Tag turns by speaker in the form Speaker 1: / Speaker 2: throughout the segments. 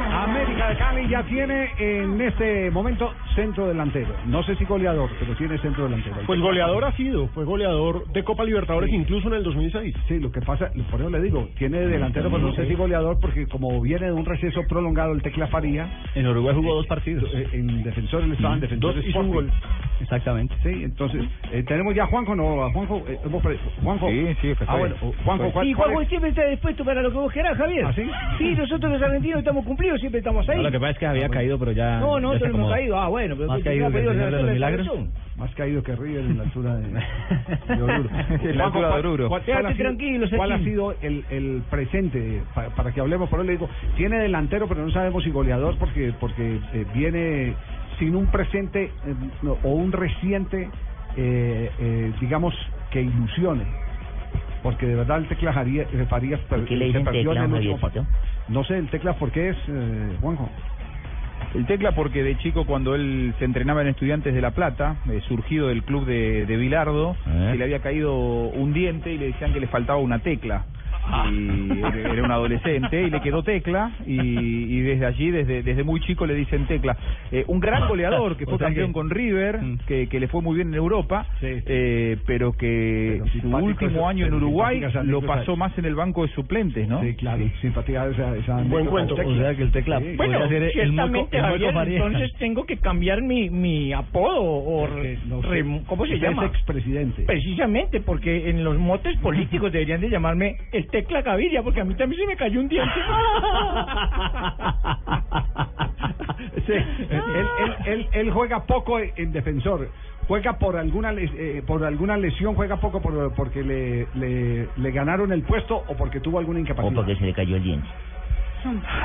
Speaker 1: América de Cali ya tiene en este momento centro delantero. No sé si goleador, pero tiene centro delantero.
Speaker 2: Pues goleador ha sido, fue goleador de Copa Libertadores incluso en el 2006.
Speaker 1: Sí, lo que pasa, por eso le digo, tiene delantero, pero no sé si goleador, porque como viene de un receso prolongado el Tecla Faría,
Speaker 3: En Uruguay jugó dos partidos.
Speaker 1: eh, en defensores le estaban defensores
Speaker 2: Dos hizo un
Speaker 1: Sporting.
Speaker 2: gol.
Speaker 3: Exactamente.
Speaker 1: Sí, entonces, eh, tenemos ya a Juanjo, ¿no? A Juanjo, eh, hemos pre- Juanjo.
Speaker 4: Sí, sí, que
Speaker 1: Ah,
Speaker 4: estoy.
Speaker 1: bueno, Juanjo, ¿cuál,
Speaker 5: Y
Speaker 1: cuál
Speaker 5: Juanjo
Speaker 1: es?
Speaker 5: siempre está dispuesto para lo que vos querás, Javier.
Speaker 1: ¿Ah, sí?
Speaker 5: Sí, nosotros los argentinos estamos cumplidos, siempre estamos ahí.
Speaker 3: No, lo que pasa es que
Speaker 4: Ah,
Speaker 3: había caído, pero ya.
Speaker 5: No, no,
Speaker 3: ya se
Speaker 5: nosotros no hemos
Speaker 3: acomodó.
Speaker 5: caído. Ah, bueno, pero
Speaker 3: Más
Speaker 5: que
Speaker 3: caído
Speaker 5: tenga
Speaker 3: que el
Speaker 5: pedido
Speaker 3: señor de los
Speaker 5: relación a la
Speaker 3: milagros.
Speaker 5: selección.
Speaker 1: Más caído que River en la altura de, de Oruro.
Speaker 4: En la altura de Oruro.
Speaker 1: ¿cuál,
Speaker 5: Quédate
Speaker 1: cuál ha sido,
Speaker 5: tranquilo,
Speaker 1: ¿Cuál ha
Speaker 5: Sachin.
Speaker 1: sido el, el presente? Pa- Para, que hablemos, por eso le digo, tiene delantero, pero no sabemos si goleador, porque, porque eh, viene sin un presente eh, no, o un reciente, eh, eh, digamos, que ilusione. Porque de verdad el tecla Jaría- eh, Farías per-
Speaker 6: ¿Por qué le dicen
Speaker 1: se perdió en
Speaker 6: Tecla,
Speaker 1: el último
Speaker 6: Javiercito?
Speaker 1: partido. No sé, el tecla, ¿por qué es, eh, Juanjo?
Speaker 4: El Tecla porque de chico cuando él se entrenaba en Estudiantes de La Plata, eh, surgido del club de, de Bilardo,
Speaker 6: Eh.
Speaker 4: se le había caído un diente y le decían que le faltaba una tecla.
Speaker 3: Ah.
Speaker 4: Y era era un adolescente y le quedó tecla y, y desde allí, desde, desde muy chico le dicen tecla. Eh, un gran goleador que
Speaker 3: O
Speaker 4: fue
Speaker 3: sea
Speaker 4: campeón
Speaker 3: que-
Speaker 4: con River, eh,
Speaker 3: Mm.
Speaker 4: que, que le fue muy bien en Europa,
Speaker 1: Sí.
Speaker 4: eh, pero que
Speaker 1: Pero
Speaker 4: su
Speaker 1: simpático
Speaker 4: último
Speaker 1: esa-
Speaker 4: año en
Speaker 1: pero
Speaker 4: Uruguay
Speaker 1: simpática esa
Speaker 4: lo
Speaker 1: anécdota.
Speaker 4: pasó más en el banco de suplentes, ¿no?
Speaker 1: Sí, claro, simpatía esa, esa
Speaker 2: Buen
Speaker 1: anécdota
Speaker 2: cuento,
Speaker 1: del
Speaker 3: O sea que el tecla.
Speaker 1: Sí.
Speaker 3: podría
Speaker 5: Bueno,
Speaker 3: ser el moco,
Speaker 5: ciertamente,
Speaker 3: el moco
Speaker 5: Javier,
Speaker 3: Faría.
Speaker 5: entonces tengo que cambiar mi, mi apodo o... re-
Speaker 1: Eh, No sé.
Speaker 5: rem- ¿Cómo se
Speaker 1: Usted
Speaker 5: llama?
Speaker 1: Es expresidente.
Speaker 5: Precisamente, porque en los motes políticos deberían de llamarme el Tecla Gaviria, porque a mí también se me cayó un diente.
Speaker 1: Ah. Sí, él, él, él, él juega poco en defensor. Juega por alguna les- eh, por alguna lesión, juega poco por, porque le, le, le ganaron el puesto o porque tuvo alguna
Speaker 6: ¿O
Speaker 1: incapacidad.
Speaker 6: porque se le cayó el diente?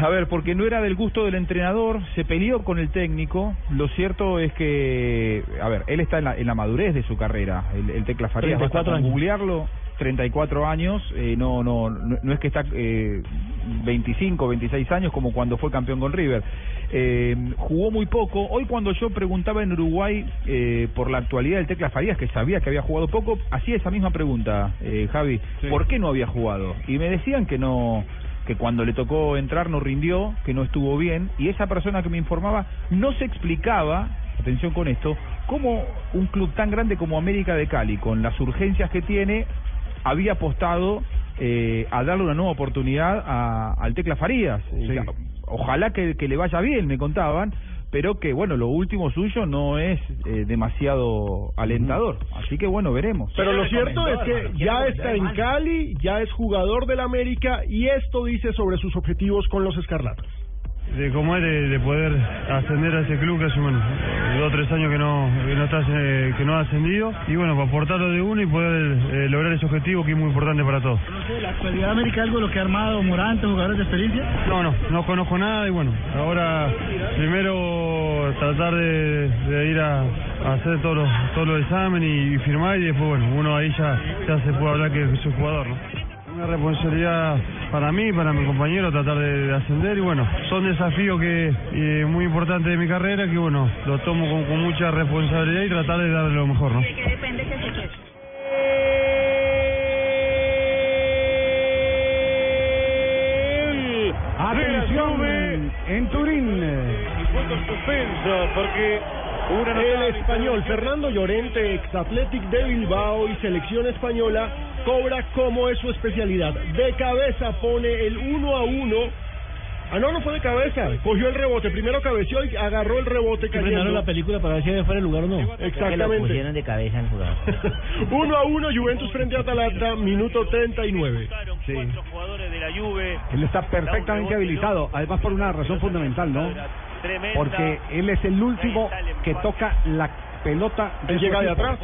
Speaker 4: A ver, porque no era del gusto del entrenador, se peleó con el técnico. Lo cierto es que, a ver, él está en la, en la madurez de su carrera, el, el Tecla Farías.
Speaker 2: 34
Speaker 4: basta con
Speaker 2: años.
Speaker 4: googlearlo, 34 años, eh, no, no, no, no es que está eh, 25, 26 años como cuando fue campeón con River. Eh, jugó muy poco. Hoy cuando yo preguntaba en Uruguay eh, por la actualidad del Tecla Farías, que sabía que había jugado poco, hacía esa misma pregunta, eh, Javi,
Speaker 1: Sí.
Speaker 4: ¿por qué no había jugado? Y me decían que no que cuando le tocó entrar no rindió, que no estuvo bien, y esa persona que me informaba no se explicaba, atención con esto, cómo un club tan grande como América de Cali, con las urgencias que tiene, había apostado eh, a darle una nueva oportunidad a- al Tecla Farías.
Speaker 1: Sí.
Speaker 4: Ya, Ojalá que, que le vaya bien, me contaban, pero que bueno, lo último suyo no es eh, demasiado alentador, así que bueno, veremos.
Speaker 2: Pero lo
Speaker 5: recomendó,
Speaker 2: cierto es que
Speaker 5: hermano,
Speaker 2: ya
Speaker 5: quiero
Speaker 2: está
Speaker 5: recomendar,
Speaker 2: en
Speaker 5: hermano.
Speaker 2: Cali, ya es jugador del América y esto dice sobre sus objetivos con los Escarlatas.
Speaker 7: de cómo es de, de poder ascender a ese club que hace bueno, dos o tres años que no que no, está, eh, que no ha ascendido y bueno para aportarlo de uno y poder eh, lograr ese objetivo que es muy importante para todos
Speaker 8: ¿La actualidad de América algo lo que ha armado Morante, jugadores de experiencia?
Speaker 7: no no no conozco nada y bueno ahora primero tratar de, de ir a, a hacer todos los todos los exámenes y, y firmar y después bueno uno ahí ya ya se puede hablar que es un jugador ¿no? Una responsabilidad para mí, para mi compañero, tratar de, de ascender y bueno, son desafíos que eh, muy importantes de mi carrera que bueno, lo tomo con, con mucha responsabilidad y tratar de darle lo mejor, ¿no?
Speaker 1: Atención en, en Turín.
Speaker 2: El español Fernando Llorente, ex Athletic de Bilbao y selección española, cobra como es su especialidad. De cabeza pone el 1 a 1. Ah, no, no fue de cabeza. Cogió el rebote. Primero cabeceó y agarró el rebote.
Speaker 8: Que
Speaker 2: cayendo.
Speaker 8: frenaron la película para ver si había fuera el lugar o no.
Speaker 6: Ya que lo
Speaker 2: Exactamente.
Speaker 6: pusieron de cabeza al jugador.
Speaker 2: 1 a 1 Juventus frente a Atalanta, minuto 39.
Speaker 1: Sí. Él está perfectamente habilitado, además por una razón fundamental, ¿no? Porque él es el último que toca la pelota.
Speaker 2: Él
Speaker 1: su
Speaker 2: llega de
Speaker 1: equipo.
Speaker 2: atrás.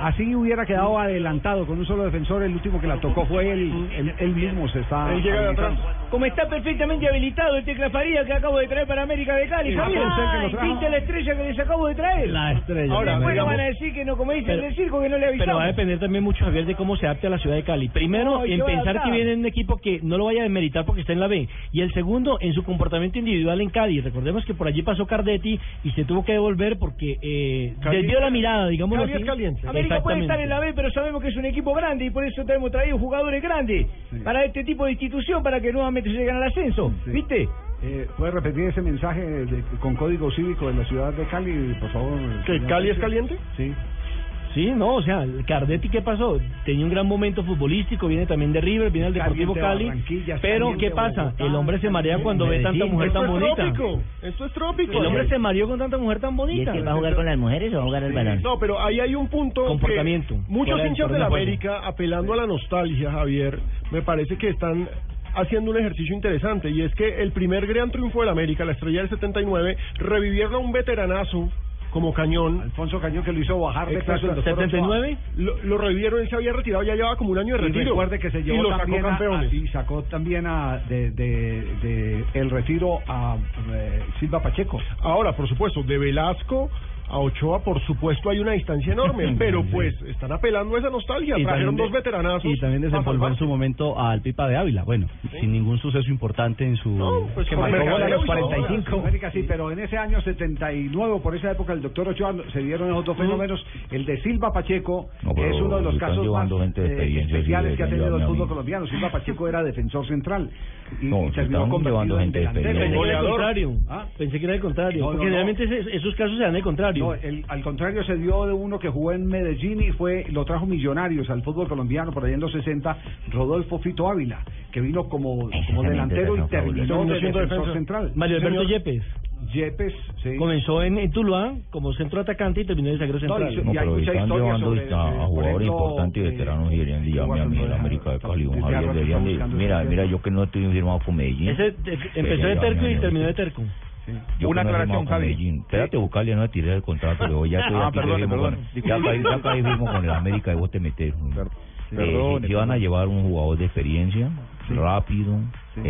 Speaker 1: Así hubiera quedado adelantado con un solo defensor, el último que la tocó fue él, él, él mismo se está
Speaker 2: Él llega de atrás.
Speaker 1: habilitando.
Speaker 5: Como está perfectamente habilitado el Tecla Faría que acabo de traer para América de Cali,
Speaker 1: Sí,
Speaker 5: Javier.
Speaker 1: ¿no puede ser que lo trajo?
Speaker 5: ¿Viste la estrella que les acabo de traer?
Speaker 8: La estrella.
Speaker 2: Ahora,
Speaker 8: de América.
Speaker 5: Después no
Speaker 2: digamos-
Speaker 5: van a decir que no, como dicen
Speaker 8: Pero-
Speaker 5: en el circo, que no
Speaker 8: pero va
Speaker 5: le
Speaker 8: a
Speaker 5: avisamos.
Speaker 8: depender también mucho, Javier, de cómo se adapte a la ciudad de Cali. Primero,
Speaker 5: No,
Speaker 8: en
Speaker 5: yo
Speaker 8: pensar
Speaker 5: acá.
Speaker 8: que viene un equipo que no lo vaya a demeritar porque está en la B. Y el segundo, en su comportamiento individual en Cali. Recordemos que por allí pasó Cardetti y se tuvo que devolver porque eh,
Speaker 2: Cali-
Speaker 8: desvió la mirada, digamos
Speaker 2: Cali es
Speaker 8: así.
Speaker 2: caliente.
Speaker 5: América puede estar en la B, pero sabemos que es un equipo grande y por eso te hemos traído jugadores grandes para este tipo de institución, para que nuevamente se lleguen al ascenso. ¿Viste?
Speaker 1: Eh, ¿Puede repetir ese mensaje de- con código cívico de la ciudad de Cali, por favor?
Speaker 2: ¿Que
Speaker 1: señor
Speaker 2: Cali es
Speaker 1: Pacheco?
Speaker 2: caliente?
Speaker 1: Sí.
Speaker 8: Sí, no, o sea, Cardetti, ¿qué pasó? Tenía un gran momento futbolístico, viene también de River, viene al Deportivo
Speaker 1: Caliente,
Speaker 8: Cali.
Speaker 1: Barranquilla,
Speaker 8: Pero,
Speaker 1: caliente,
Speaker 8: ¿qué pasa?
Speaker 1: Bogotá,
Speaker 8: El hombre se marea cuando ve tanta mujer
Speaker 2: Esto
Speaker 8: tan
Speaker 2: es
Speaker 8: bonita.
Speaker 2: trópico. Esto es trópico.
Speaker 8: El hombre se mareó con tanta mujer
Speaker 6: ¿Y
Speaker 8: tan
Speaker 6: es
Speaker 8: bonita.
Speaker 6: que va a jugar con las mujeres o va a jugar al balón?
Speaker 2: No, pero ahí hay un punto.
Speaker 8: Comportamiento.
Speaker 2: que
Speaker 8: Fuera
Speaker 2: muchos
Speaker 8: del
Speaker 2: hinchas de la
Speaker 8: torneo.
Speaker 2: América, apelando a la nostalgia, Javier, me parece que están haciendo un ejercicio interesante. Y es que el primer gran triunfo de la América, la estrella del 79, revivieron a un veteranazo como Cañón.
Speaker 1: Alfonso Cañón que lo hizo bajar de
Speaker 2: Exacto,
Speaker 1: clase el doctor Ochoa.
Speaker 8: ¿79?
Speaker 2: Lo, lo revivieron, él se había retirado, ya llevaba como un año de
Speaker 1: Y
Speaker 2: retiro.
Speaker 1: recuerde que se
Speaker 2: y lo
Speaker 1: llevó
Speaker 2: sacó
Speaker 1: también a-
Speaker 2: campeones.
Speaker 1: a- y sacó también a, de, de- de el retiro a eh, Silva Pacheco.
Speaker 2: Ahora, por supuesto, de Velasco a Ochoa, por supuesto, hay una distancia enorme, pero pues están apelando a esa nostalgia. Trajeron
Speaker 3: de-
Speaker 2: dos veteranazos.
Speaker 3: Y también desempolvó en su momento al Pipa de Ávila. Bueno, sin ningún suceso importante en su.
Speaker 2: No, pues,
Speaker 3: que
Speaker 2: con
Speaker 3: marcó gol a
Speaker 2: Mercadeo
Speaker 3: los
Speaker 2: hizo
Speaker 3: 45.
Speaker 2: goles.
Speaker 1: América, sí, pero en ese año 79, por esa época, el doctor Ochoa se dieron esos
Speaker 8: Mm.
Speaker 1: dos fenómenos. El de Silva Pacheco
Speaker 9: No, pero
Speaker 1: es uno de los
Speaker 9: están
Speaker 1: casos más
Speaker 9: llevando gente de
Speaker 1: eh,
Speaker 9: experiencia, sí,
Speaker 1: especiales que ha
Speaker 9: deberían
Speaker 1: tenido el
Speaker 9: llevarme a
Speaker 1: fútbol
Speaker 9: mí.
Speaker 1: colombiano. Silva Pacheco era defensor central y,
Speaker 9: No,
Speaker 1: y
Speaker 9: se
Speaker 1: terminó
Speaker 9: están
Speaker 1: convertido
Speaker 9: llevando
Speaker 1: en
Speaker 9: gente de
Speaker 1: delantero.
Speaker 9: experiencia.
Speaker 8: Pensé que era el
Speaker 2: goleador.
Speaker 8: contrario.
Speaker 1: ¿Ah?
Speaker 8: Pensé que era el contrario.
Speaker 1: No, no,
Speaker 8: porque
Speaker 1: no.
Speaker 8: generalmente ese- esos casos se dan el contrario.
Speaker 1: No, eh, el- al contrario se dio de uno que jugó en Medellín y fue lo trajo Millonarios al fútbol colombiano por allá en los 60, Rodolfo Fito Ávila, que vino como, como
Speaker 9: Exactamente,
Speaker 1: delantero y
Speaker 9: esa fábula.
Speaker 1: terminó de
Speaker 2: Terminó siendo
Speaker 1: defensor
Speaker 2: defensa.
Speaker 1: central.
Speaker 8: Mario Alberto
Speaker 1: Señor
Speaker 8: Yepes
Speaker 1: Yepes, sí.
Speaker 8: comenzó en, en Tuluá como centro atacante y terminó de zaguero
Speaker 1: No,
Speaker 8: central.
Speaker 1: y-
Speaker 9: No,
Speaker 1: y hay
Speaker 9: pero
Speaker 1: mucha
Speaker 9: están
Speaker 1: historia
Speaker 9: llevando
Speaker 1: sobre,
Speaker 9: a, a
Speaker 1: eh, por
Speaker 9: jugadores
Speaker 1: ejemplo,
Speaker 9: importantes y
Speaker 1: eh,
Speaker 9: veteranos y deberían de llamarme a mí en la América de Cali. Un
Speaker 1: Ya
Speaker 9: Javier
Speaker 1: rato
Speaker 9: deberían
Speaker 1: estamos
Speaker 9: de,
Speaker 1: buscando
Speaker 9: mira,
Speaker 1: ese
Speaker 9: mira,
Speaker 1: tema.
Speaker 9: yo que no estoy firmado con Medellín.
Speaker 8: Ese eh, empezó de
Speaker 9: Pero ya,
Speaker 8: terco
Speaker 9: ya,
Speaker 8: y
Speaker 9: ya,
Speaker 8: terminó
Speaker 9: ya.
Speaker 8: de terco.
Speaker 9: Yo
Speaker 4: Una
Speaker 9: que no he
Speaker 4: aclaración,
Speaker 9: firmado con
Speaker 4: Javi.
Speaker 9: Medellín. Espérate, buscarle, no me tiré del contrato, pero ya estoy
Speaker 4: Ah,
Speaker 9: aquí,
Speaker 4: perdone,
Speaker 9: que firmo
Speaker 4: perdone.
Speaker 9: con-
Speaker 4: Disculpe.
Speaker 9: Ya caí, ya caí firmo con el América y vos te metes. Eh,
Speaker 4: Perdone,
Speaker 9: si te van a
Speaker 4: perdone.
Speaker 9: llevar un jugador de experiencia, rápido,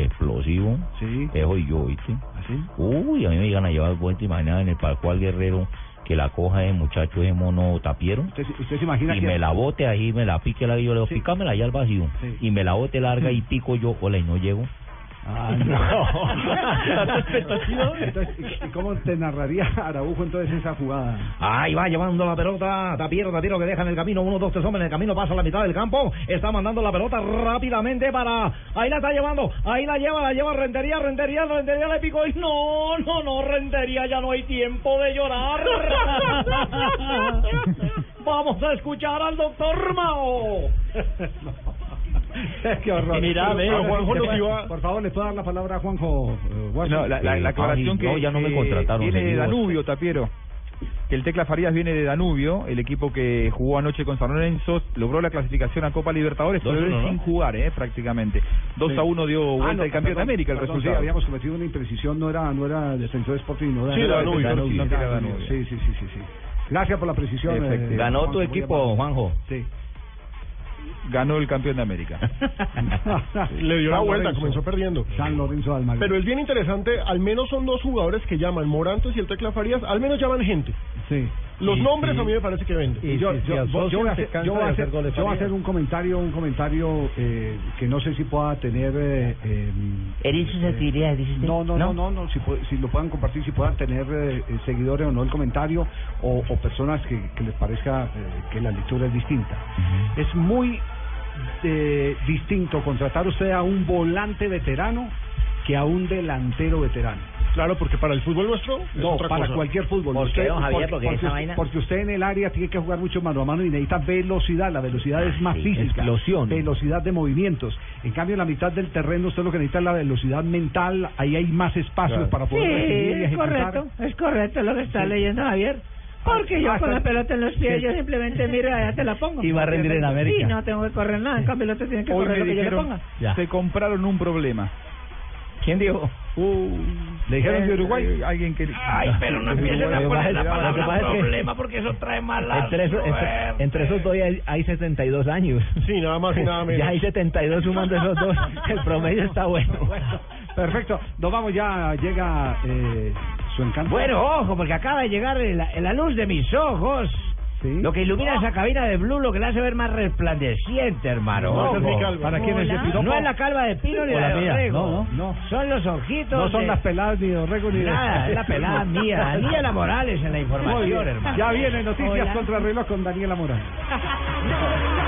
Speaker 9: explosivo,
Speaker 1: Sí.
Speaker 9: eso y yo, ¿viste?
Speaker 1: ¿Así?
Speaker 9: Uy, a mí me iban a llevar, vos te imaginas, en el Parcual Guerrero, que la coja de muchacho de mono tapiero.
Speaker 1: ¿Usted, usted se imagina
Speaker 9: y
Speaker 1: que
Speaker 9: me la bote ahí, me la pique la yo le digo,
Speaker 1: Sí.
Speaker 9: pícamela allá al vacío.
Speaker 1: Sí.
Speaker 9: Y me la bote larga y pico yo, hola, y no llego.
Speaker 1: Ah, no. Entonces, ¿y- y ¿Cómo te narraría Araujo entonces esa jugada?
Speaker 6: Ahí va llevando la pelota, Tapiero, Tapiero que deja en el camino, uno, dos, tres hombres en el camino, pasa a la mitad del campo, está mandando la pelota rápidamente para... Ahí la está llevando, ahí la lleva, la lleva Rentería, Rentería, Rentería le picó y no, no, no, Rentería, ya no hay tiempo de llorar. Vamos a escuchar al doctor Mao.
Speaker 1: Qué horror.
Speaker 8: Mira, ve.
Speaker 1: Ahora sí,
Speaker 2: Juanjo
Speaker 1: ¿te
Speaker 2: nos
Speaker 1: puede-
Speaker 2: iba-
Speaker 1: Por favor, ¿le puedo dar la palabra a Juanjo eh, Watson?
Speaker 4: No, la, la, la
Speaker 9: Eh,
Speaker 4: aclaración
Speaker 9: ay, no,
Speaker 4: que
Speaker 9: ya no me
Speaker 4: que
Speaker 9: contrataron,
Speaker 4: viene de
Speaker 9: seguimos.
Speaker 4: Danubio, Tapiero. Que el Tecla Farías viene de Danubio, el equipo que jugó anoche con San Lorenzo, logró la clasificación a Copa Libertadores, pero
Speaker 9: Dos a uno,
Speaker 4: sin
Speaker 9: ¿no?
Speaker 4: jugar, eh, prácticamente. 2
Speaker 1: Sí.
Speaker 4: a 1 dio vuelta
Speaker 1: Ah, no,
Speaker 4: el campeón de
Speaker 1: perdón,
Speaker 4: América el
Speaker 1: perdón,
Speaker 4: resultado.
Speaker 1: sí, habíamos cometido una imprecisión, no era, no era defensor Sporting, no era
Speaker 4: Sí,
Speaker 1: era
Speaker 4: Danubio,
Speaker 1: Defensor
Speaker 4: sí,
Speaker 1: Sporting,
Speaker 4: no
Speaker 1: era
Speaker 4: era
Speaker 1: Danubio.
Speaker 4: Danubio.
Speaker 1: Sí, sí, sí, sí, sí. Gracias por la precisión.
Speaker 4: Perfecto.
Speaker 1: eh,
Speaker 9: Ganó
Speaker 1: Juanjo,
Speaker 9: tu
Speaker 1: muy
Speaker 9: equipo,
Speaker 1: amable.
Speaker 9: Juanjo.
Speaker 1: Sí.
Speaker 4: Ganó el campeón de América.
Speaker 2: Le dio la
Speaker 1: San
Speaker 2: vuelta,
Speaker 1: Lorenzo.
Speaker 2: comenzó perdiendo.
Speaker 1: San Lorenzo de Almagro.
Speaker 2: Pero es bien interesante, al menos son dos jugadores que llaman, Morantes y el Tecla Farías, al menos llaman gente.
Speaker 1: Sí.
Speaker 2: Los nombres a mí me parece que venden.
Speaker 1: Y yo, yo, yo- yo voy a hacer, yo voy a hacer- yo voy a hacer un comentario, un comentario eh, que no sé si pueda tener. eh, eh,
Speaker 6: ¿Eres sus
Speaker 1: eh,
Speaker 6: actividades, dices tú?
Speaker 1: No, no, no, no, no, si, pu- si lo puedan compartir, si puedan tener eh, eh, seguidores o no el comentario, o, o personas que, que les parezca eh, que la lectura es distinta. Es muy eh, distinto contratar usted a un volante veterano que a un delantero veterano.
Speaker 2: Claro, porque para el fútbol nuestro es
Speaker 1: No,
Speaker 2: otra
Speaker 1: para
Speaker 2: cosa.
Speaker 1: cualquier fútbol.
Speaker 6: ¿Por qué, don Javier? Porque esa
Speaker 1: usted,
Speaker 6: vaina-
Speaker 1: porque usted en el área tiene que jugar mucho mano a mano y necesita velocidad. La velocidad es más
Speaker 6: Ah, sí,
Speaker 1: física.
Speaker 9: explosión.
Speaker 1: Velocidad de movimientos. En cambio, en la mitad del terreno usted lo que necesita es la velocidad mental. Ahí hay más espacio
Speaker 4: Claro.
Speaker 1: para poder recibir y ejecutar.
Speaker 10: es correcto lo que está leyendo Javier. Porque yo
Speaker 1: Ah,
Speaker 10: con la
Speaker 1: está-
Speaker 10: pelota en los pies, yo simplemente miro y allá te la pongo.
Speaker 3: Y va a rendir en América.
Speaker 10: Sí, no tengo que correr nada, en cambio el otro tiene que
Speaker 4: Hoy
Speaker 10: correr
Speaker 4: me
Speaker 10: lo que yo le
Speaker 4: dijeron,
Speaker 10: ponga.
Speaker 3: Ya.
Speaker 4: se compraron un problema.
Speaker 3: ¿Quién dijo?
Speaker 1: Le dijeron
Speaker 4: Eh,
Speaker 1: de Uruguay.
Speaker 4: eh, alguien que... Ay, pero no
Speaker 3: Lo que pasa es que
Speaker 6: porque eso trae
Speaker 3: entre, esos, entre, entre esos dos hay, hay 72 años.
Speaker 2: Sí, nada más y nada menos.
Speaker 3: Ya hay 72 sumando esos dos. El promedio está bueno.
Speaker 1: Perfecto. Nos vamos ya. Llega eh, su encanto.
Speaker 6: Bueno, ojo, porque acaba de llegar la, la luz de mis ojos.
Speaker 1: Sí.
Speaker 6: Lo que ilumina esa cabina de Blue, lo que la hace ver más resplandeciente, hermano.
Speaker 2: No,
Speaker 6: Ojo.
Speaker 2: esa es mi calva.
Speaker 1: ¿Para quién es el
Speaker 10: Hola.
Speaker 1: piropo?
Speaker 6: No es la calva de Pino ni la,
Speaker 1: O la
Speaker 6: de
Speaker 1: mía,
Speaker 6: Orrego.
Speaker 1: no, no, no.
Speaker 6: Son los ojitos.
Speaker 1: No son
Speaker 6: de-
Speaker 1: las peladas ni de Orrego ni de...
Speaker 6: Nada, es la pelada mía. Ni la Morales en la
Speaker 1: Muy
Speaker 6: información,
Speaker 1: bien.
Speaker 6: hermano.
Speaker 1: Ya viene Noticias
Speaker 10: Hola.
Speaker 1: contra Reloj con Daniela Morán.
Speaker 10: No, no.